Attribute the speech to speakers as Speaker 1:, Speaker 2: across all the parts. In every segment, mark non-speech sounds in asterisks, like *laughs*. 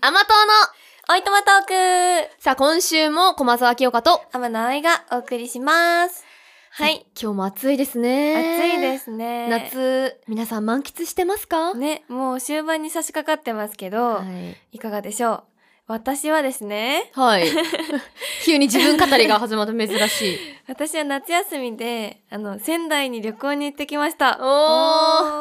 Speaker 1: アマトの
Speaker 2: おいとまトーク
Speaker 1: さあ、今週も小松清香と。
Speaker 2: 天野葵がお送りします。はい。
Speaker 1: 今日も暑いですね。。
Speaker 2: 暑いですすね。。
Speaker 1: 夏、皆さん満喫してますか、
Speaker 2: ね、もう終盤に差し掛かってますけど、
Speaker 1: はい。
Speaker 2: い、かがでしょう私はですね、
Speaker 1: はい。 *laughs* 急に自分語りが始まった珍しい。
Speaker 2: 私は夏休みで、あの、仙台に旅行に行ってきました。
Speaker 1: お
Speaker 2: お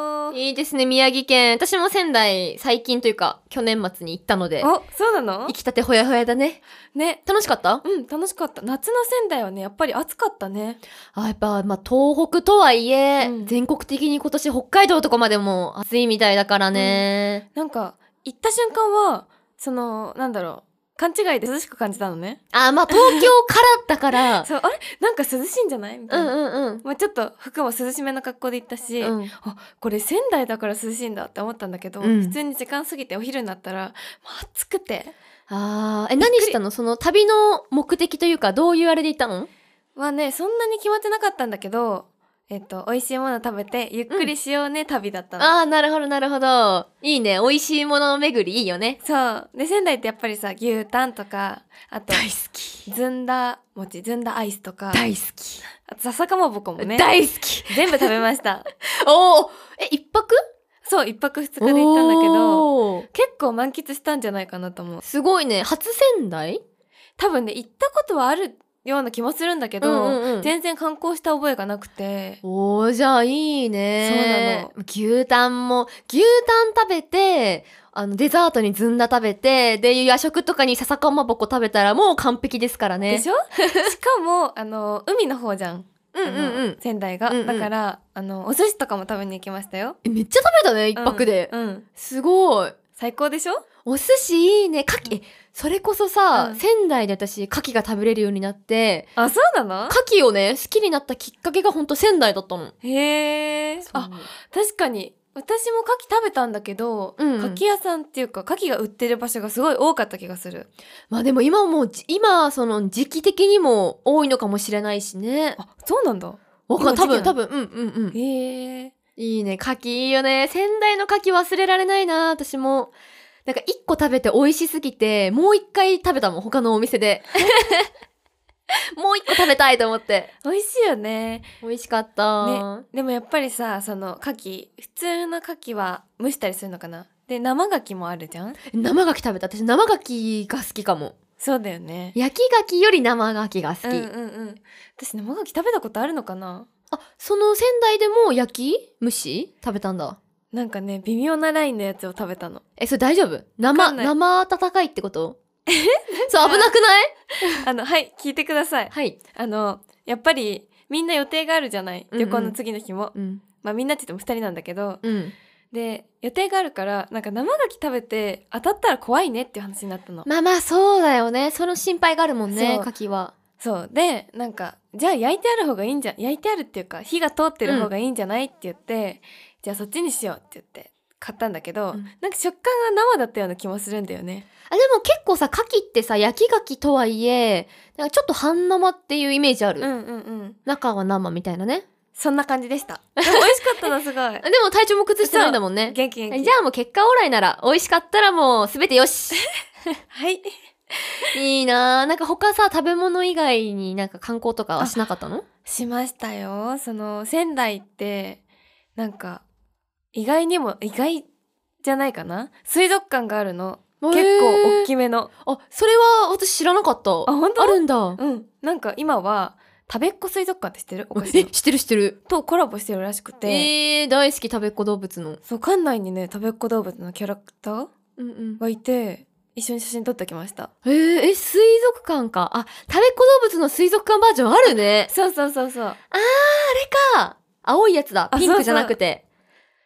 Speaker 2: ー *laughs*
Speaker 1: いいですね、宮城県。私も仙台、最近というか、去年末に行ったので、
Speaker 2: お、そうなの
Speaker 1: 行きたてほやほやだね。
Speaker 2: ね。
Speaker 1: 楽しかった
Speaker 2: うん、楽しかった。夏の仙台はね、やっぱり暑かったね。
Speaker 1: あ、やっぱ、まあ、東北とはいえ、
Speaker 2: うん
Speaker 1: 全国的に今年北海道とかまでも暑いみたいだからね。
Speaker 2: なんか、行った瞬間は、その、なんだろう。勘違いで涼しく感じたのね。
Speaker 1: あ、まあ、東京からだから、
Speaker 2: *laughs* そう、あれなんか涼しいんじゃないみた
Speaker 1: う
Speaker 2: いな。
Speaker 1: んうんうん。
Speaker 2: まあ、ちょっと服も涼しめの格好で行ったし、
Speaker 1: うん、
Speaker 2: これ仙台だから涼しいんだって思ったんだけど、
Speaker 1: うん
Speaker 2: 普通に時間過ぎてお昼になったら、まあ、暑くて
Speaker 1: あーえ何したのその旅の目的というかどういうあれで行ったの
Speaker 2: まあねそんなに決まってなかったんだけど、えっと、美味しいもの食べてゆっくりしようね、旅だったの。
Speaker 1: ああなるほどなるほどいいね美味しいもの巡りいいよね
Speaker 2: そうで仙台ってやっぱりさ牛タンとかあと
Speaker 1: 好き
Speaker 2: ずんだ餅ずんだアイスとか
Speaker 1: 大好き、
Speaker 2: あと笹かまぼこもね
Speaker 1: 大好き
Speaker 2: 全部食べました
Speaker 1: おおえ一泊
Speaker 2: そう一泊二日で行ったんだけど
Speaker 1: ど
Speaker 2: 結構満喫したんじゃないかなと思う
Speaker 1: すごいね初仙台
Speaker 2: 多分ね行ったことはあるような気もするんだけ
Speaker 1: う
Speaker 2: ど、
Speaker 1: んうんうん
Speaker 2: 全然観光した覚えがなくて
Speaker 1: おーじゃあいいね牛タンも牛タン食べてあのデザートにずんだ食べてで夜食とかに笹かまぼこ食べたらもう完璧ですからね
Speaker 2: で
Speaker 1: *laughs*
Speaker 2: しょしかもあの海の方じゃん、
Speaker 1: うんうん
Speaker 2: あ
Speaker 1: う
Speaker 2: の
Speaker 1: ん
Speaker 2: 仙台が、
Speaker 1: うんうん
Speaker 2: だからあのお寿司とかも食べに行きましたよ
Speaker 1: えめっちゃ食べたね一泊で、
Speaker 2: うん、うん
Speaker 1: すごい
Speaker 2: 最高でしょ
Speaker 1: お寿司いいね。牡
Speaker 2: う
Speaker 1: 蠣、えそれこそさ、
Speaker 2: うん
Speaker 1: 仙台で私、牡蠣が食べれるようになって、
Speaker 2: あそうなの
Speaker 1: 牡蠣をね、好きになったきっかけがほんと仙台だったの。
Speaker 2: へえ
Speaker 1: あ
Speaker 2: あ、確かに私も牡蠣食べたんだけど、
Speaker 1: うんうん
Speaker 2: 牡蠣屋さんっていうか牡蠣が売ってる場所がすごい多かった気がする
Speaker 1: まあでも今もうじ、今、その時期的にも多いのかもしれないしね。
Speaker 2: あそうなんだ
Speaker 1: わかん
Speaker 2: 今
Speaker 1: 多
Speaker 2: 時期
Speaker 1: 分、
Speaker 2: な
Speaker 1: 多
Speaker 2: の
Speaker 1: 分、うんうんうん。
Speaker 2: へえ
Speaker 1: いいね。牡蠣いいよね。仙台の牡蠣忘れられないな、私も。なんか一個食べて美味しすぎて、もう一回食べたもん、他のお店
Speaker 2: *laughs*
Speaker 1: で。 *laughs* もう一個食べたいと思って。
Speaker 2: 美味しいよね
Speaker 1: 美味しかった。
Speaker 2: ねでもやっぱりさその牡蠣普通の牡蠣は蒸したりするのかなで生牡蠣もあるじゃん
Speaker 1: 生牡蠣食べた私生牡蠣が好きかも
Speaker 2: そうだよね
Speaker 1: 焼き牡蠣より生牡蠣が好
Speaker 2: うん
Speaker 1: き、
Speaker 2: うんうん私生牡蠣食べたことあるのかな
Speaker 1: あその仙台でも焼き蒸し食べたんだ
Speaker 2: なんかね微妙なラインのやつを食べた
Speaker 1: *laughs*
Speaker 2: の
Speaker 1: えそれ大丈夫
Speaker 2: わ
Speaker 1: 生
Speaker 2: かんない
Speaker 1: 生温かいってことえそう危なくない
Speaker 2: あのはい聞いてください
Speaker 1: はい、
Speaker 2: あのやっぱりみんな予定があるじゃない
Speaker 1: うんうん
Speaker 2: 旅行の次の日も、
Speaker 1: うん
Speaker 2: まあみんなって言っても2人なんだけど
Speaker 1: うん、
Speaker 2: で予定があるからなんか生牡蠣食べて当たったら怖いねっていう話になったの、
Speaker 1: まあまあそうだよねその心配があるもんね
Speaker 2: そう
Speaker 1: 牡蠣は
Speaker 2: そうでなんかじゃあ焼いてある方がいいんじゃ焼いてあるっていうか火が通ってる方がいいんじゃないって言って、じゃあそっちにしようって言って買ったんだけど、
Speaker 1: うん
Speaker 2: なんか食感が生だったような気もするんだよね
Speaker 1: あでも結構さ牡蠣ってさ焼き牡蠣とはいえなんかちょっと半生っていうイメージある、
Speaker 2: うんうんうん
Speaker 1: 中は生みたいなね
Speaker 2: そんな感じで *laughs* したでも美味しかったなすご *laughs*
Speaker 1: あ
Speaker 2: い
Speaker 1: でも体調も崩してないんだもんね
Speaker 2: 元気元気
Speaker 1: じゃあもう結果オーライなら美味しかったらもう全てよ *laughs* し
Speaker 2: はい
Speaker 1: いいなあなんか他さ食べ物以外になんか観光とかはしなかったの
Speaker 2: しましたよその仙台ってなんか意外にも意外じゃないかな水族館があるの結構大
Speaker 1: い
Speaker 2: きめの
Speaker 1: あそれは私知らなかったあ
Speaker 2: あ本当
Speaker 1: るんだ
Speaker 2: うんなんか今は食べっ子水族館って知ってるお菓子
Speaker 1: え
Speaker 2: の
Speaker 1: 知ってる知ってる
Speaker 2: とコラボしてるらしくて、
Speaker 1: えー、大好き食べっ子動物の
Speaker 2: そう館内にね食べっ子動物のキャラクター
Speaker 1: うんうん
Speaker 2: がいて一緒に写真撮ってきました
Speaker 1: えー、え水族館かあ食べっ子動物の水族館バージョンあるね
Speaker 2: そうそうそうそう
Speaker 1: か青いやつだ
Speaker 2: あ
Speaker 1: ピンクじゃなくて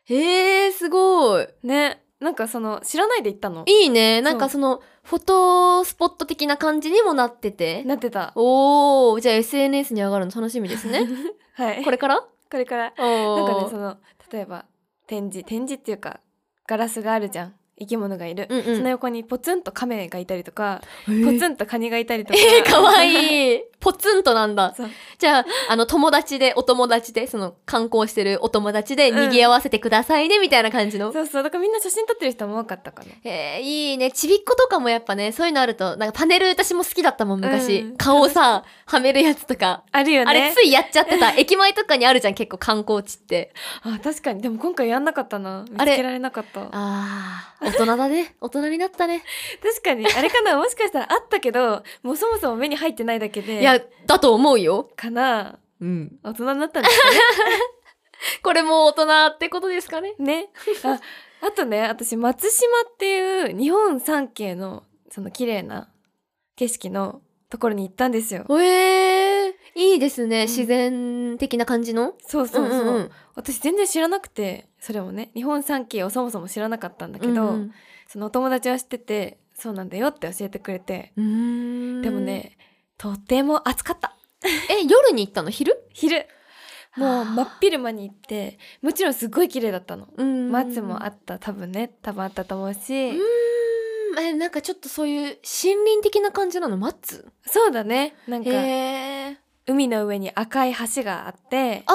Speaker 1: えー、すごい
Speaker 2: ねなんかその知らないで行ったの
Speaker 1: いいねなんかそのフォトスポット的な感じにもなってて
Speaker 2: なってた
Speaker 1: おー、じゃあ SNS に上がるの楽しみですね。
Speaker 2: *laughs* はい
Speaker 1: これから
Speaker 2: これから
Speaker 1: お
Speaker 2: なんかね
Speaker 1: ー
Speaker 2: その例えば展示展示っていうかガラスがあるじゃん生き物がいる、
Speaker 1: うんうん
Speaker 2: その横にポツンとカメがいたりとか、ポ
Speaker 1: ポ
Speaker 2: ツ
Speaker 1: ン
Speaker 2: ンとカニがいたりとか、
Speaker 1: えー、かわ
Speaker 2: い
Speaker 1: いい。ポツンとなんだ
Speaker 2: *laughs* そう。
Speaker 1: じゃあ、あの、友達で、お友達で、その、観光してるお友達で、
Speaker 2: うん
Speaker 1: 賑わわせてくださいね、みたいな感じの。
Speaker 2: そうそうだからみんな写真撮ってる人も多かったかな
Speaker 1: えー、いいね。ちびっことかもやっぱね、そういうのあると、なんかパネル私も好きだったもん、昔。
Speaker 2: うん
Speaker 1: 顔をさ、はめるやつとか。
Speaker 2: あるよね
Speaker 1: あれついやっちゃってた。駅前とかにあるじゃん、結構観光地って。
Speaker 2: あ確かにでも今回やんなかったな見つ
Speaker 1: あれ
Speaker 2: けられなかった確
Speaker 1: あー、大人だね。大人になったね。
Speaker 2: かにあれかなもしかしたらあったけどもうそもそも目に入ってないだけで
Speaker 1: いや、だと思うよ。
Speaker 2: かな
Speaker 1: うん。
Speaker 2: 大人になったんです
Speaker 1: これも大人ってことですかね。
Speaker 2: ねああとね私松島っていう日本三景のその綺麗な景色のところに行ったんですよ
Speaker 1: えー、いいですね。
Speaker 2: ん
Speaker 1: 自然的な感じの。
Speaker 2: そうそうそう,、
Speaker 1: んんん
Speaker 2: 私全然知らなくてそれもね日本三景をそもそも知らなかったんだけど、
Speaker 1: うん
Speaker 2: そのお友達は知っててそうなんだよって教えてくれて
Speaker 1: うん、うーん
Speaker 2: でも。ねとても暑かった
Speaker 1: え、夜に行ったの昼
Speaker 2: 昼も
Speaker 1: はあ
Speaker 2: う真っ昼間に行ってもちろんすごい綺麗だったの
Speaker 1: うん
Speaker 2: 松もあった多分ね多分あったと思うし、
Speaker 1: うーんえなんかちょっとそういう森林的な感じなの待つ
Speaker 2: そうだねなんか
Speaker 1: へえ
Speaker 2: 海の上に赤い橋があって
Speaker 1: あ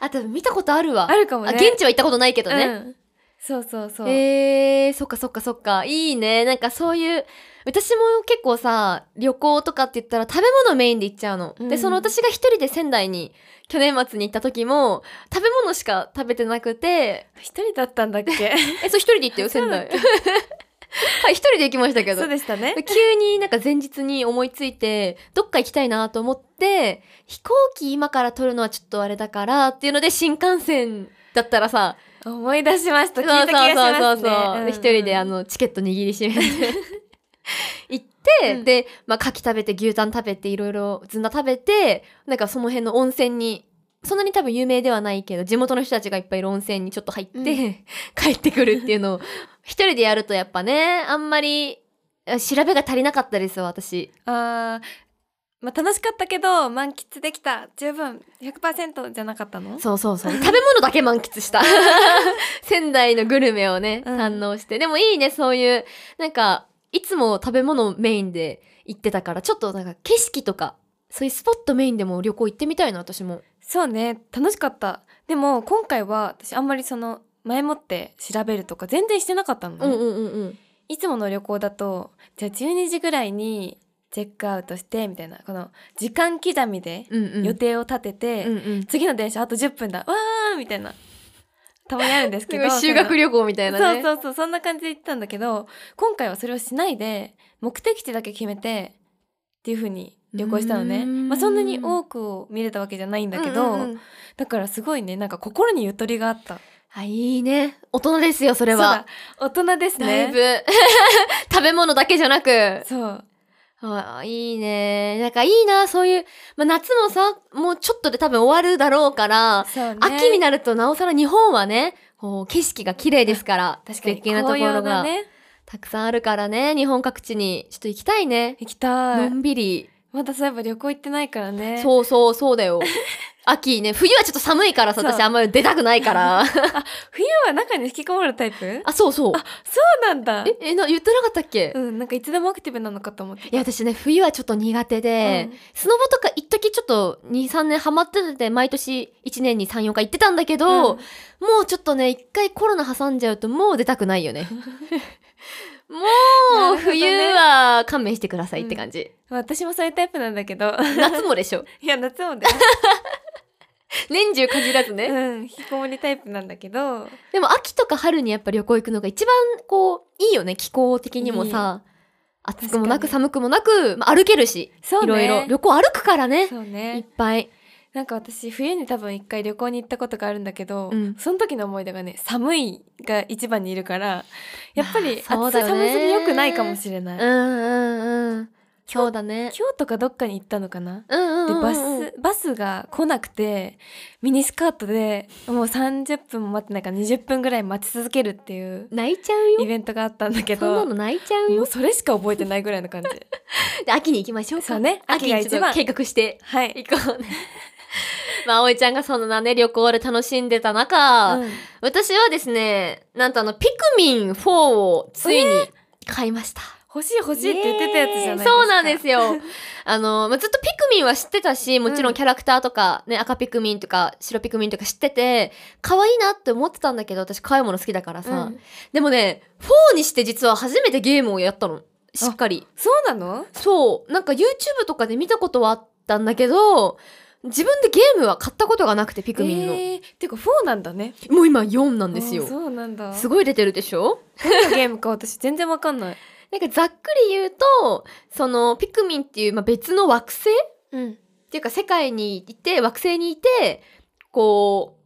Speaker 1: ーあ多分見たことあるわ
Speaker 2: あるかもね
Speaker 1: あ現地は行ったことないけどね、
Speaker 2: うんそうそうそう、
Speaker 1: えー、そっかそっかそっかいいねなんかそういう私も結構さ旅行とかって言ったら食べ物メインで行っちゃうの、
Speaker 2: うん
Speaker 1: でその私が一人で仙台に去年末に行った時も食べ物しか食べてなくて
Speaker 2: 一人だったんだっけ
Speaker 1: えそう一人で
Speaker 2: *laughs*
Speaker 1: 行ったよ仙台 *laughs* はい一人で行きましたけど
Speaker 2: そうでしたね
Speaker 1: 急になんか前日に思いついてどっか行きたいなと思って飛行機今から撮るのはちょっとあれだからっていうので新幹線だったらさ
Speaker 2: 思い出しました聞いた気が
Speaker 1: そ
Speaker 2: しま
Speaker 1: う
Speaker 2: す
Speaker 1: そう
Speaker 2: ね
Speaker 1: そう
Speaker 2: うん
Speaker 1: で一人であのチケット握りしめて *laughs* 行って、
Speaker 2: うん
Speaker 1: で、まあ、牡蠣食べて牛タン食べていろいろずんだ食べてなんかその辺の温泉にそんなに多分有名ではないけど地元の人たちがいっぱいいる温泉にちょっと入って、
Speaker 2: うん
Speaker 1: *laughs* 帰ってくるっていうのを一人でやるとやっぱねあんまりあ調べが足りなかったですわ私。
Speaker 2: あーまあ楽しかったけど満喫できた十分100%じゃなかったの
Speaker 1: そうそうそう。食べ物だけ満喫 *laughs* した。仙台のグルメをね、
Speaker 2: うん
Speaker 1: 堪能して。でもいいね、そういう、なんか、いつも食べ物メインで行ってたから、ちょっとなんか景色とか、そういうスポットメインでも旅行行ってみたいな、私も。
Speaker 2: そうね楽しかったでも今回は私あんまりその前もって調べるとか全然してなかったのね、
Speaker 1: うんうんうんうん。
Speaker 2: いつもの旅行だとじゃあ12時ぐらいにチェックアウトしてみたいなこの時間刻みで
Speaker 1: うんうん。
Speaker 2: 予定を立てて、
Speaker 1: うんうん。
Speaker 2: 次の電車あと10分だわーみたいなたまにあるんですけ
Speaker 1: *laughs*
Speaker 2: ど
Speaker 1: すごい修学
Speaker 2: 旅
Speaker 1: 旅行みたいな
Speaker 2: 行そ
Speaker 1: ね。
Speaker 2: うそうそうそんな感じで行ったんだけど今回はそれをしないで目的地だけ決めてっていう風に旅行したの
Speaker 1: うー
Speaker 2: ね、
Speaker 1: ん
Speaker 2: まあ、そんなに多くを見れたわけじゃないんだけど、
Speaker 1: うんうんうん
Speaker 2: だからすごいねなんか心にゆとりがあった
Speaker 1: あ、いいね。大人ですよ、それは。
Speaker 2: そうだ大人ですね
Speaker 1: だいぶ。 *laughs* 食べ物だけじゃなく。
Speaker 2: そう
Speaker 1: ああ、いいね。なんかいいな、そういう。まあ、夏もさ、もうちょっとで多分終わるだろうから、
Speaker 2: そうね
Speaker 1: 秋になるとなおさら日本はね、こう景色が綺麗ですから、
Speaker 2: 確かに
Speaker 1: 絶景なとこ
Speaker 2: 紅葉
Speaker 1: ろ
Speaker 2: が
Speaker 1: が
Speaker 2: ね
Speaker 1: たくさんあるからね、日本各地にちょっと行きたいね。
Speaker 2: 行きた
Speaker 1: の
Speaker 2: い
Speaker 1: んびり。
Speaker 2: まだそういえば旅行行ってないからねう
Speaker 1: そうそう、そう
Speaker 2: *laughs*
Speaker 1: だよ。秋ね、冬はちょっと寒いからさ、
Speaker 2: そう
Speaker 1: 私あんまり出たくないから。
Speaker 2: 冬は中に引きこもるタイプ
Speaker 1: あ、そうそう。
Speaker 2: そうなんだ
Speaker 1: え、え、な、言ってなかったっけ、
Speaker 2: うんなんかいつでもアクティブなのかと思っ
Speaker 1: い
Speaker 2: て
Speaker 1: や、私ね、冬はちょっと苦手で、
Speaker 2: うん
Speaker 1: スノボとか一時ちょっと2、3年ハマってて、毎年1年に3、4回行ってたんだけど、
Speaker 2: うん
Speaker 1: もうちょっとね、一回コロナ挟んじゃうともう出たくないよ
Speaker 2: *laughs*
Speaker 1: ね。も
Speaker 2: な
Speaker 1: う
Speaker 2: るほどね
Speaker 1: 冬は勘弁してくださいって感じ。
Speaker 2: 私もそういうタイプなん
Speaker 1: *laughs*
Speaker 2: だけど
Speaker 1: 夏もでしょ。
Speaker 2: いや夏もね
Speaker 1: 年中限らずね。
Speaker 2: *laughs* うん引きこもりタイプなんだけど
Speaker 1: でも秋とか春にやっぱ旅行行くのが一番こう、いいよね、気候的にもさ。暑くもなく
Speaker 2: 確か
Speaker 1: 寒くもなく、まあ、歩けるし、
Speaker 2: そう
Speaker 1: いろ
Speaker 2: ね
Speaker 1: いろ。旅行歩くからね。
Speaker 2: そう
Speaker 1: いっ
Speaker 2: ね
Speaker 1: ぱい。
Speaker 2: なんか私冬に多分一回旅行に行ったことがあるんだけど、
Speaker 1: うん
Speaker 2: その時の思い出がね寒いが一番にいるからやっぱり暑
Speaker 1: まあそう
Speaker 2: さ
Speaker 1: だよね
Speaker 2: 寒すぎ良くないかもしれない、
Speaker 1: うんうんうん。そうだね。
Speaker 2: 今日とかどっかに行ったのかな
Speaker 1: うんうんう
Speaker 2: で
Speaker 1: んうん
Speaker 2: バスバスが来なくてミニスカートでもう30分も待ってないから20分ぐらい待ち続けるっていう
Speaker 1: 泣いちゃうよ
Speaker 2: イベントがあったんだけ
Speaker 1: そんな
Speaker 2: ど
Speaker 1: の泣いちゃう
Speaker 2: も
Speaker 1: よ
Speaker 2: うそれしか覚えてないぐらいの *laughs* 感じ
Speaker 1: で秋に行きましょうか
Speaker 2: そうね
Speaker 1: 秋
Speaker 2: 秋が
Speaker 1: にち
Speaker 2: 一
Speaker 1: ょっと
Speaker 2: 番
Speaker 1: 計画して
Speaker 2: はい
Speaker 1: 行こうね *laughs* まあ、葵ちゃんがそんなね、旅行で楽しんでた中、
Speaker 2: うん
Speaker 1: 私はですね、なんとあの、ピクミン4をついに買いました。
Speaker 2: 欲しい欲しいって言ってたやつじゃないですか。
Speaker 1: そうなんですよ。あの、まあ、ずっとピクミンは知ってたし、もちろ
Speaker 2: うん
Speaker 1: んキャラクターとか、ね、赤ピクミンとか、白ピクミンとか知ってて、可愛いなって思ってたんだけど、私可愛いもの好きだから
Speaker 2: う
Speaker 1: さ。
Speaker 2: ん
Speaker 1: でもね、4にして実は初めてゲームをやったの。しっかり。
Speaker 2: そうなの
Speaker 1: そう。なんか YouTube とかで見たことはあったんだけど、自分でゲームは買ったことがなくて、ピクミンの。
Speaker 2: えー、てか4なんだね。
Speaker 1: もう今4なんです
Speaker 2: *laughs* あー
Speaker 1: よ。
Speaker 2: そうなんだ。
Speaker 1: すごい出てるでしょ
Speaker 2: どんなゲームか私全然わかんない。
Speaker 1: なんかざっくり言うと、そのピクミンっていう、まあ、別の惑星
Speaker 2: うん。
Speaker 1: っていうか世界にいて惑星にいてこ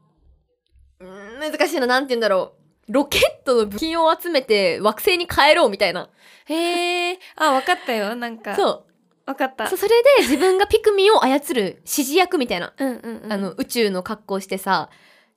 Speaker 1: ううーん難しいななんて言うんだろうロケットの部品を集めて惑星に帰ろうみたいな
Speaker 2: へえ。あ、わかったよ。なんか。う。
Speaker 1: そ
Speaker 2: わかっ
Speaker 1: う
Speaker 2: た
Speaker 1: そ。それで自分がピクミンを操る指示役みたいな、
Speaker 2: うんうん、うん。
Speaker 1: あの、宇宙の格好をしてさ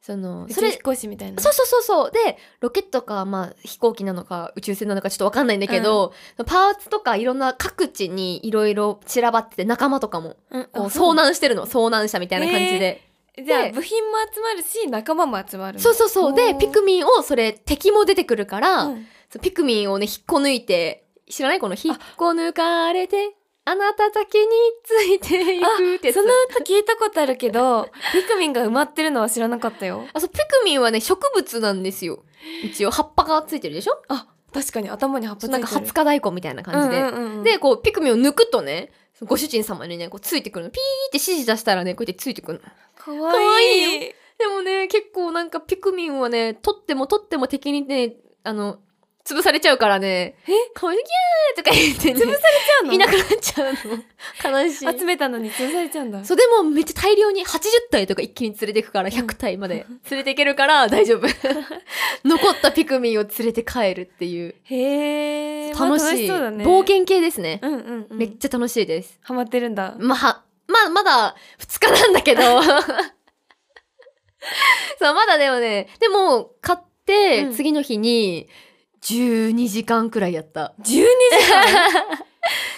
Speaker 1: その
Speaker 2: 宇
Speaker 1: そ
Speaker 2: 宙
Speaker 1: れ
Speaker 2: 飛行士みたいな。
Speaker 1: そうそうそうそうでロケットか、まあ、飛行機なのか宇宙船なのかちょっとわかんないんだけど、パーツとかいろんな各地にいろいろ散らばってて仲間とかも
Speaker 2: うん
Speaker 1: こう
Speaker 2: あ
Speaker 1: 遭難してるの遭難者みたいな感じで。
Speaker 2: じゃあ
Speaker 1: で
Speaker 2: 部品も集まるし仲間も集まる
Speaker 1: そうそうそう。で、ピク
Speaker 2: ミ
Speaker 1: ミンを、それ、敵も出てくるから、
Speaker 2: うん、
Speaker 1: そうピクミンをね、引っこ抜いて、知らないこの、引っこ抜かれて、あなただけについていくってやつ
Speaker 2: その歌聞いたことあるけどピクミンが埋まってるのは知らなかったよ
Speaker 1: あ、そう、ピクミンはね、植物なんですよ。一応、葉っぱがついてるでしょ
Speaker 2: あ確かに頭に葉っぱつ
Speaker 1: そ
Speaker 2: いうて
Speaker 1: な
Speaker 2: る
Speaker 1: んか、二十日大根みたいな感じで。
Speaker 2: うんうんうんうん
Speaker 1: で、こう、ピクミンを抜くとね、そのご主人様にね、こう、ついてくるの。ピーって指示出したらね、こうやってついてくるの。
Speaker 2: かわいい
Speaker 1: かわいでもね、結構なんか、ピクミンはね、取っても取っても敵にね、あの、潰されちゃうからね、えかわいいギャーとか言ってね。 *laughs* いなくなっちゃうの悲し
Speaker 2: 集めたのに潰されちゃうんだ
Speaker 1: *laughs* そうでもめっちゃ大量に80体とか一気に連れてくから100体まで連れていけるから大
Speaker 2: *laughs*
Speaker 1: 丈夫残ったピクミンを連れて帰るっていう
Speaker 2: へえ
Speaker 1: 楽しい、
Speaker 2: そうだね
Speaker 1: 冒険系ですね、
Speaker 2: うんうん、うん、
Speaker 1: めっちゃ楽しいです
Speaker 2: ハマってるんだ
Speaker 1: まあまあまだ2日なんだけど
Speaker 2: *laughs*
Speaker 1: そうまだでもねでも買って
Speaker 2: うん
Speaker 1: 次の日に12時間くらいやった
Speaker 2: 12時間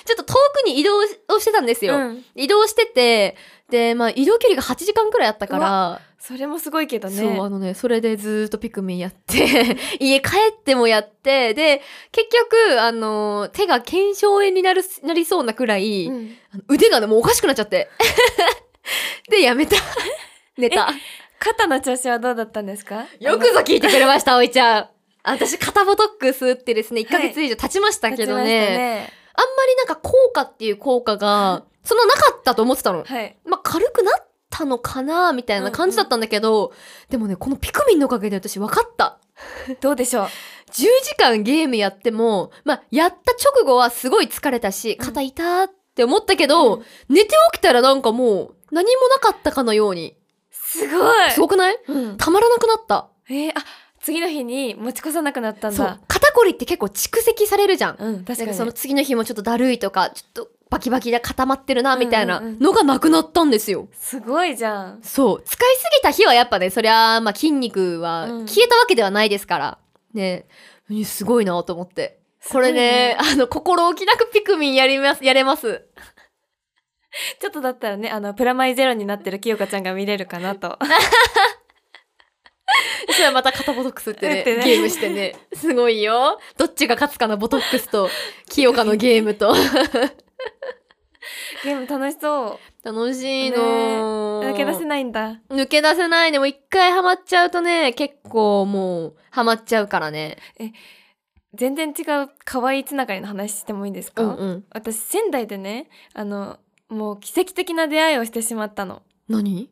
Speaker 1: ちょっと遠くに移動をしてたんですよ、
Speaker 2: うん
Speaker 1: 移動しててでまあ移動距離が8時間くらいあったから
Speaker 2: それもすごいけどね
Speaker 1: そうあのねそれでずーっとピクミンやって *laughs* 家帰ってもやってで結局あの手が腱鞘炎になるなりそうなくらい、
Speaker 2: うん
Speaker 1: あの腕がねもうおかしくなっちゃって *laughs* でやめた *laughs* 寝た
Speaker 2: 肩の調子はどうだったんですか
Speaker 1: よくぞ聞いてくれましたおいちゃん私肩ボトックス打ってですね1ヶ月以上経ちまし
Speaker 2: あ
Speaker 1: た
Speaker 2: の
Speaker 1: けどね,、
Speaker 2: 立ち
Speaker 1: あんまりなんか効果っていう効果がそんななかったと思ってたの
Speaker 2: ましたねはい
Speaker 1: まあ、軽くなったのかなみたいな感じだったんだけど、でもねこのピクミンのおかげで私分かった
Speaker 2: どうでしょう
Speaker 1: 10時間ゲームやっても、まあ、やった直後はすごい疲れたし
Speaker 2: うん
Speaker 1: 肩痛ーって思ったけど、
Speaker 2: うん
Speaker 1: 寝て起きたらなんかもう何もなかったかのように
Speaker 2: すごい
Speaker 1: すごくない
Speaker 2: うん、
Speaker 1: たまらなくなった
Speaker 2: えー、あ次の日に持ち越さなくなったん
Speaker 1: そう
Speaker 2: だ
Speaker 1: 肩こりって結構蓄積されるじゃん
Speaker 2: うん確
Speaker 1: な
Speaker 2: か
Speaker 1: んか
Speaker 2: に
Speaker 1: その次の日もちょっとだるいとかちょっとバキバキで固まってるなみたいな
Speaker 2: うんうんうん
Speaker 1: のがなくなったんですよ
Speaker 2: すごいじゃん
Speaker 1: そう。使いすぎた日はやっぱね、そりゃ、まあ筋肉は
Speaker 2: うん
Speaker 1: 消えたわけではないですから。ね。うんすごいなと思って。これね、あの、心置きなくピクミンやります、やれます。
Speaker 2: ちょっとだったらねあのプラマイゼロになってる清香ちゃんが見れるかな *laughs* と
Speaker 1: そしたらまた肩ボトックスって
Speaker 2: 打っ
Speaker 1: ね、
Speaker 2: てね
Speaker 1: ゲームしてね。すごいよ。どっちが勝つかな、ボトックスと、清香のゲーム
Speaker 2: *laughs*
Speaker 1: と。
Speaker 2: ゲーム楽しそ
Speaker 1: 楽しいの
Speaker 2: う
Speaker 1: ー
Speaker 2: 抜け出せないんだ
Speaker 1: 抜け出せないでもう一回ハマっちゃうとね、結構もう、ハマっちゃうからね。
Speaker 2: 全然違う可愛いつながりの話してもいいですか、
Speaker 1: うんうん。
Speaker 2: 私仙台でねあのもう奇跡的な出会いをしてしまったの
Speaker 1: 何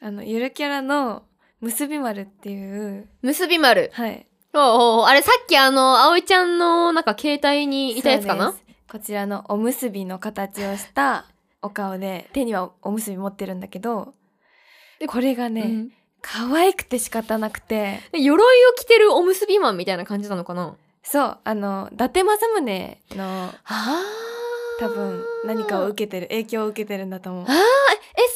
Speaker 2: あのゆるキャラの結び丸っていう
Speaker 1: 結び丸。
Speaker 2: はい
Speaker 1: おうおうあれさっきあの、葵ちゃんのなんか携帯にいたやつか
Speaker 2: そ
Speaker 1: な
Speaker 2: うですこちらのおむすびの形を
Speaker 1: *laughs*
Speaker 2: したお顔で手にはおむすび持ってるんだけど
Speaker 1: で
Speaker 2: これが
Speaker 1: ね、
Speaker 2: ね、可愛くて仕方なくて
Speaker 1: で鎧を着てるおむすびマンみたいな感じなのかな
Speaker 2: そうあの伊達政宗の
Speaker 1: あ
Speaker 2: 多分何かを受けてる影響を受けてるんだと思う
Speaker 1: あえ、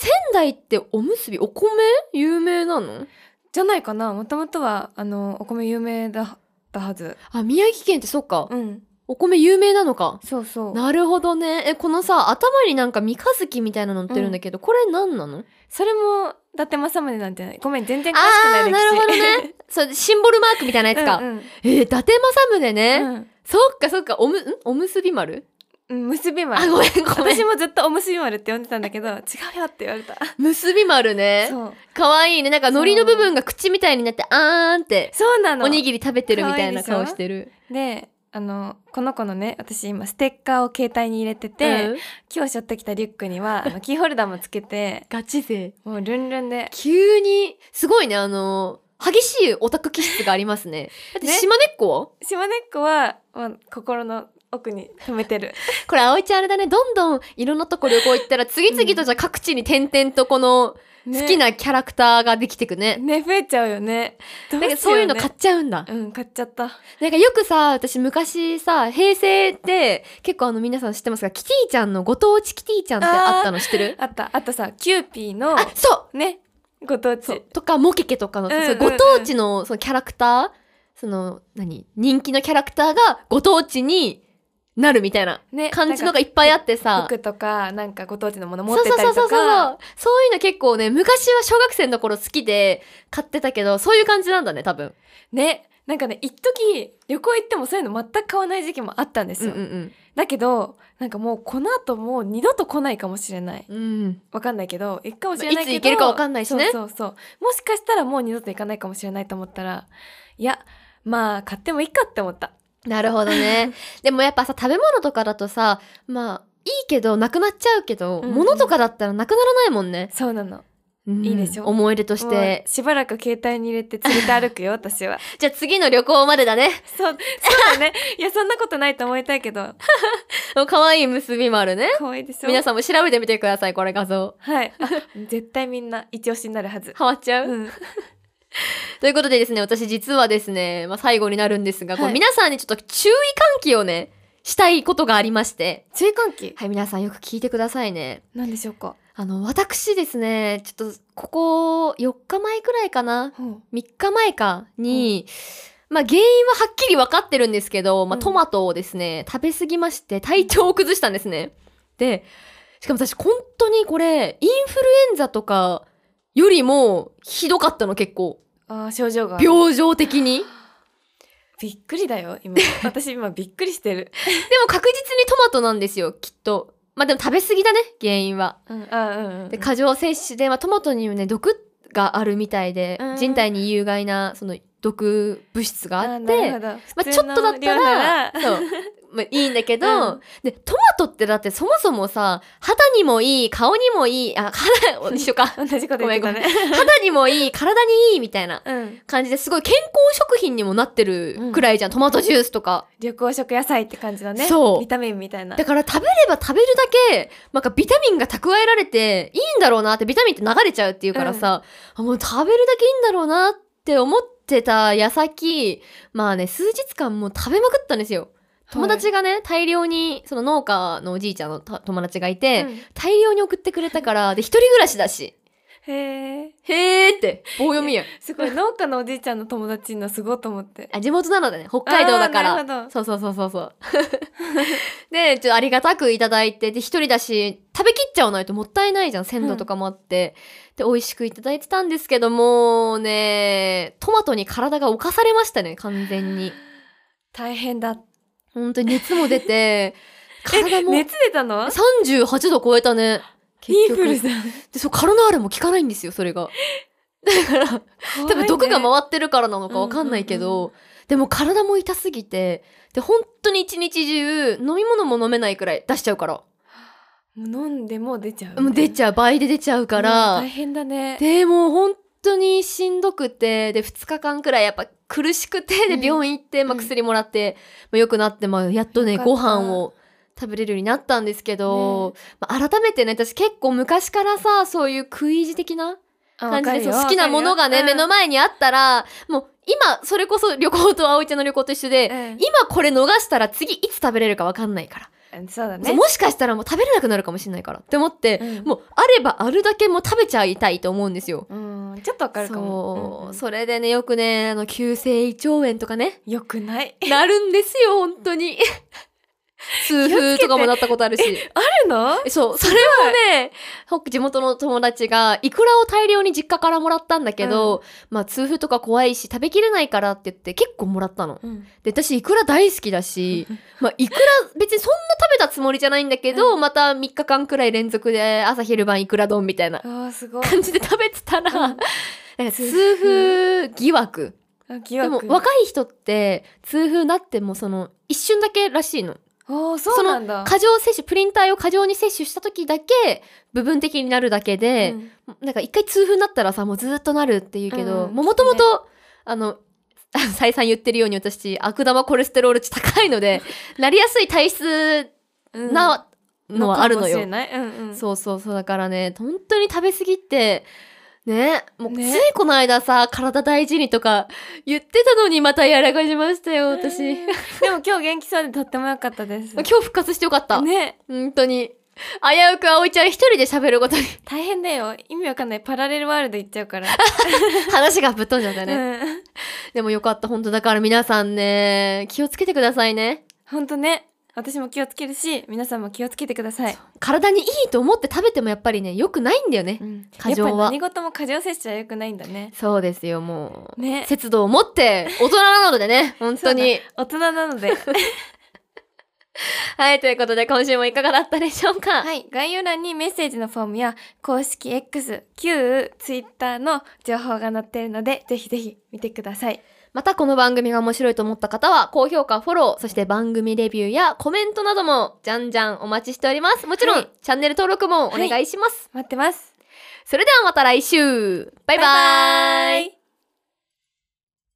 Speaker 1: 仙台っておむすび、お米有名なの
Speaker 2: じゃないかなもともとはあのお米有名だったはず
Speaker 1: あ、宮城県ってそうか。
Speaker 2: うん
Speaker 1: お米有名なのか。
Speaker 2: そうそう
Speaker 1: なるほどね。え、このさ、頭になんか三日月みたいなの乗ってるんだけど、これ何なの
Speaker 2: それも伊達政宗なんてないごめん全然詳しく
Speaker 1: あ
Speaker 2: な
Speaker 1: あー、
Speaker 2: い
Speaker 1: なるほど
Speaker 2: *laughs* 歴
Speaker 1: ね。そう、シンボルマークみたいなやつ
Speaker 2: 史
Speaker 1: か。
Speaker 2: うんうん
Speaker 1: えー、伊達政宗ね。
Speaker 2: うん
Speaker 1: そっかそっか、おむ、んおむすび丸
Speaker 2: うん、結び
Speaker 1: あ、
Speaker 2: 丸
Speaker 1: ごめんごめん
Speaker 2: 私。もずっとおむすび丸って呼んでたんだけど違うよって言われた
Speaker 1: 結び丸ね。
Speaker 2: そう
Speaker 1: かわいいね。なんか海苔の部分が口みたいになって、あーんって、
Speaker 2: そうなの
Speaker 1: おにぎり食べてるみたいな
Speaker 2: かわ
Speaker 1: 顔
Speaker 2: いいでしょ
Speaker 1: してる。
Speaker 2: であのこの子のね私今ステッカーを携帯に入れてて、
Speaker 1: うん
Speaker 2: 今日背負ってきたリュックにはあのキーホルダーもつけて *laughs*
Speaker 1: ガチ勢。
Speaker 2: もうルンルンで
Speaker 1: 急に、すごいね、あの、激しいオタク気質がありますね。だって
Speaker 2: ね
Speaker 1: 島根っ子は
Speaker 2: 島根っ子は、まあ、心の奥に止めてる
Speaker 1: これ葵ちゃんあれだね、どんどんいろんなとこ旅行行ったら、次々とじゃあ各地に点々とこの
Speaker 2: ね
Speaker 1: 好きなキャラクターができてくね。
Speaker 2: ね増えちゃうよねど
Speaker 1: なんかそういうの買っ
Speaker 2: っ
Speaker 1: ちゃうんだ。
Speaker 2: うん買っちゃった
Speaker 1: なんかよくさ、私昔さ、平成って結構あの皆さん知ってますが、キティちゃんのご当地キティちゃんってあったの知ってる
Speaker 2: あったあとさキューピーの
Speaker 1: あ、そう
Speaker 2: ねご当
Speaker 1: そう
Speaker 2: 地
Speaker 1: とか、モケケとかのさ、
Speaker 2: うんうんうん
Speaker 1: そうご当地のそのキャラクター、その、何人気のキャラクターがご当地になるみたいな
Speaker 2: ね
Speaker 1: 感じのがいっぱいあってさ。
Speaker 2: 服とかなんかご当地のもの持
Speaker 1: そ
Speaker 2: っ
Speaker 1: う
Speaker 2: て
Speaker 1: そう
Speaker 2: た
Speaker 1: そうそ
Speaker 2: りと
Speaker 1: うそ
Speaker 2: か
Speaker 1: う。そういうの結構ね、昔は小学生の頃好きで買ってたけど、そういう感じなんだね、多分。
Speaker 2: ねなんかね一時旅行行ってもそういうの全く買わない時期もあったんですよ、
Speaker 1: ん
Speaker 2: だけどなんかもうこの後もう二度と来ないかもしれない
Speaker 1: うん。うん。
Speaker 2: わかんないけど行くかもしれないけど
Speaker 1: いつ行けるかわかんないしね
Speaker 2: そうそうそうもしかしたらもう二度と行かないかもしれないと思ったらいやまあ買ってもいいかって思った
Speaker 1: なるほど
Speaker 2: *laughs*
Speaker 1: ね。でもやっぱさ、食べ物とかだとさ、まあ、いいけど、なくなっちゃうけど、
Speaker 2: うんうん
Speaker 1: 物とかだったらなくならないもんね。
Speaker 2: そうなの
Speaker 1: い
Speaker 2: いいでしょ
Speaker 1: 思い出と
Speaker 2: そ
Speaker 1: して。
Speaker 2: しばらく携帯に入れて連れて歩く
Speaker 1: *laughs*
Speaker 2: よ私は
Speaker 1: じゃあ次の旅行までだね。
Speaker 2: そうそうだねいやそんなことないと思いたいけど
Speaker 1: 可愛い結び丸ね。
Speaker 2: 可愛いでしょ
Speaker 1: 皆さんも調べてみてください、これ画像。 *laughs*
Speaker 2: はいあ絶対みんな一押しになるはず
Speaker 1: ハマっちゃう、
Speaker 2: うん
Speaker 1: ということでですね、私実はですね、まあ、最後になるんですが、こう
Speaker 2: はい
Speaker 1: 皆さんにちょっと注意喚起をね、したいことがありまして。
Speaker 2: 注意喚起
Speaker 1: はい、皆さんよく聞いてくださいね。
Speaker 2: なんでしょうか
Speaker 1: あの、私ですね、ちょっと、ここ、4日前くらいかな、
Speaker 2: うん
Speaker 1: 3日前かに、まあ原因ははっきり分かってるんですけど、まあ
Speaker 2: うん
Speaker 1: トマトをですね、食べ過ぎまして体調を崩したんですね。で、しかも私本当にこれ、インフルエンザとかよりもひどかったの結構。
Speaker 2: あー症状が
Speaker 1: 病状的に。でも
Speaker 2: びっくりだよ今 *laughs* 私今びっくりしてる、
Speaker 1: 確実にトマトなんですよ、きっと。まあでも食べ過ぎだね、原因は。
Speaker 2: うん、あうんうん
Speaker 1: で過剰摂取で、まあ、トマトにもね毒があるみたいで、
Speaker 2: うん
Speaker 1: 人体に有害なその毒物質があっ
Speaker 2: ー
Speaker 1: て
Speaker 2: なるほど
Speaker 1: まあ、
Speaker 2: 普
Speaker 1: ち
Speaker 2: 通
Speaker 1: ょっ
Speaker 2: の
Speaker 1: とだったら *laughs*
Speaker 2: 量な
Speaker 1: そう、まあ、いいんだけど、
Speaker 2: うん
Speaker 1: でトマトってだってそもそもさ肌にもいい顔にもいいあ *laughs* 肌一緒か
Speaker 2: 同じこと言ってたね
Speaker 1: 肌にもいい体にいいみたいな
Speaker 2: うん
Speaker 1: 感じですごい健康食品にもなってるくらいじゃん、トマトジュースとか
Speaker 2: 旅行食野菜って感じだね
Speaker 1: そう
Speaker 2: ビタミンみたいな
Speaker 1: だから食べれば食べるだけなんかビタミンが蓄えられていいんだろうなってビタミンって流れちゃうっていうからさ、あもう食べるだけいいんだろうなって思ってた矢先まあね数日間もう食べまくったんですよ友達がね、大量にその農家のおじいちゃんのた友達がいて、
Speaker 2: うん
Speaker 1: 大量に送ってくれたからで一人暮らしだし
Speaker 2: へえ
Speaker 1: へーって棒読みや
Speaker 2: すごい農家のおじいちゃんの友達にのすごいと思って
Speaker 1: あ地元なのでね北海道だか
Speaker 2: あーなる
Speaker 1: ら
Speaker 2: ほど
Speaker 1: そうそうそうそうそうでちょっとありがたくいただいてで一人だし食べきっちゃわないともったいないじゃん鮮度とかもあって、で美味しくいただいてたんですけどもうねトマトに体が侵されましたね完全に
Speaker 2: 大変だ
Speaker 1: 本当に熱も
Speaker 2: *laughs*
Speaker 1: 出て体も
Speaker 2: 熱出たの
Speaker 1: 38度超えたね結
Speaker 2: イン
Speaker 1: 局
Speaker 2: フルじゃん
Speaker 1: でそうカロナーレも効かないんですよそれが多分毒が
Speaker 2: っ
Speaker 1: 回ってるからなのかわかんないけど、
Speaker 2: うんうん
Speaker 1: でも体も痛すぎてで本当に一日中飲み物も飲めないくらい出しちゃうから、
Speaker 2: 飲んでもう出ちゃう
Speaker 1: もう出ち
Speaker 2: ゃ
Speaker 1: ゃう倍で出ちゃう
Speaker 2: う
Speaker 1: から、
Speaker 2: ん大変だね
Speaker 1: でもう本当にしんどくてで2日間くらいやっぱ苦しくて
Speaker 2: うん
Speaker 1: で病院行って、まあ、
Speaker 2: うん
Speaker 1: 薬もらって、まあ、良くなって、まあ、やっとね
Speaker 2: よかった
Speaker 1: ご飯を食べれるようになったんですけど、まあ、改めてね私結構昔からさそういう食い意地的な感
Speaker 2: あわ
Speaker 1: じ
Speaker 2: か
Speaker 1: で
Speaker 2: るよ
Speaker 1: そう好きなものがね、
Speaker 2: わか
Speaker 1: 目
Speaker 2: るよ
Speaker 1: の前にあったらもう今それこそ旅行と葵ちゃんの旅行と一緒で、
Speaker 2: うんうん
Speaker 1: 今これ逃したら次いつ食べれるか分かんないから
Speaker 2: そう
Speaker 1: そ
Speaker 2: だ
Speaker 1: う
Speaker 2: ね。
Speaker 1: もしかしたらもう食べれなくなるかもしれないからって思って、
Speaker 2: うん
Speaker 1: もうあればあるだけもう食べちゃいたいと思うんですよ。
Speaker 2: うん、ちょっとわかるかも。
Speaker 1: そう、
Speaker 2: うんうん
Speaker 1: それでねよくねあの急性胃腸炎とかね
Speaker 2: よくない。
Speaker 1: なるんですよ本当に痛風とかもなったことあるし
Speaker 2: あるの
Speaker 1: そうそれはねほ地元の友達がイクラを大量に実家からもらったんだけど、まあ痛風とか怖いし食べきれないからって言って結構もらったの。
Speaker 2: うん。
Speaker 1: で私イクラ大好きだしまあイクラ別にそんな食べたつもりじゃないんだけど、また3日間くらい連続で朝昼晩イクラ丼みたいな
Speaker 2: ああ、すごい。
Speaker 1: 感じで食べてたら、
Speaker 2: う
Speaker 1: なん
Speaker 2: ん
Speaker 1: か痛風疑惑
Speaker 2: あ、疑
Speaker 1: でも
Speaker 2: 惑。
Speaker 1: 若い人って痛風なってもその一瞬だけらしいの
Speaker 2: ああ、そうなんだ。
Speaker 1: 過剰摂取プリン体を過剰に摂取した時だけ部分的になるだけで、
Speaker 2: うん
Speaker 1: なんか一回痛風になったらさもうずーっとなるっていうけど
Speaker 2: うん
Speaker 1: もともとあの再三言ってるように私悪玉コレステロール値高いの
Speaker 2: *laughs*
Speaker 1: でなりやすい体質
Speaker 2: うん
Speaker 1: なのはあるのよ、
Speaker 2: かもしれないうんうん。
Speaker 1: そうそうそうだからね本当に食べ過ぎってねもうつ
Speaker 2: ね
Speaker 1: いこの間さ体大事にとか言ってたのにまたやらかしましたよ私、
Speaker 2: えーでも今日元気そうでとっても良かったです。
Speaker 1: 今日復活してよかった、
Speaker 2: ね。
Speaker 1: 本当に危うく葵ちゃん一人で喋ることに *laughs*
Speaker 2: 大変だよ。意味わかんない。パラレルワールド行っちゃうから。
Speaker 1: 話がぶっ飛んじゃったね、
Speaker 2: うん。
Speaker 1: でもよかった本当だから皆さんね気をつけてくださいね
Speaker 2: ほんとね。私も気をつけるし、皆さんも気をつけてください。
Speaker 1: 体にいいと思って食べてもやっぱりね良くないんだよね、
Speaker 2: うん
Speaker 1: 過剰は
Speaker 2: やっぱ何事も過剰摂取は良くないんだね。
Speaker 1: そうですよもう、
Speaker 2: ね。
Speaker 1: 節度を持って大人なのでね本当に
Speaker 2: 大人な
Speaker 1: *laughs*
Speaker 2: ので。
Speaker 1: はいということで今週もいかがだったでしょうか、
Speaker 2: はい、概要欄にメッセージのフォームや公式 X、旧 Twitter の情報が載っているので、ぜひぜひ見てください。
Speaker 1: またこの番組が面白いと思った方は高評価フォローそして番組レビューやコメントなどもじゃんじゃんお待ちしておりますもちろん、
Speaker 2: はい
Speaker 1: チャンネル登録もお願いします、
Speaker 2: 待ってます。
Speaker 1: それではまた来週バイバイ
Speaker 2: バイバイ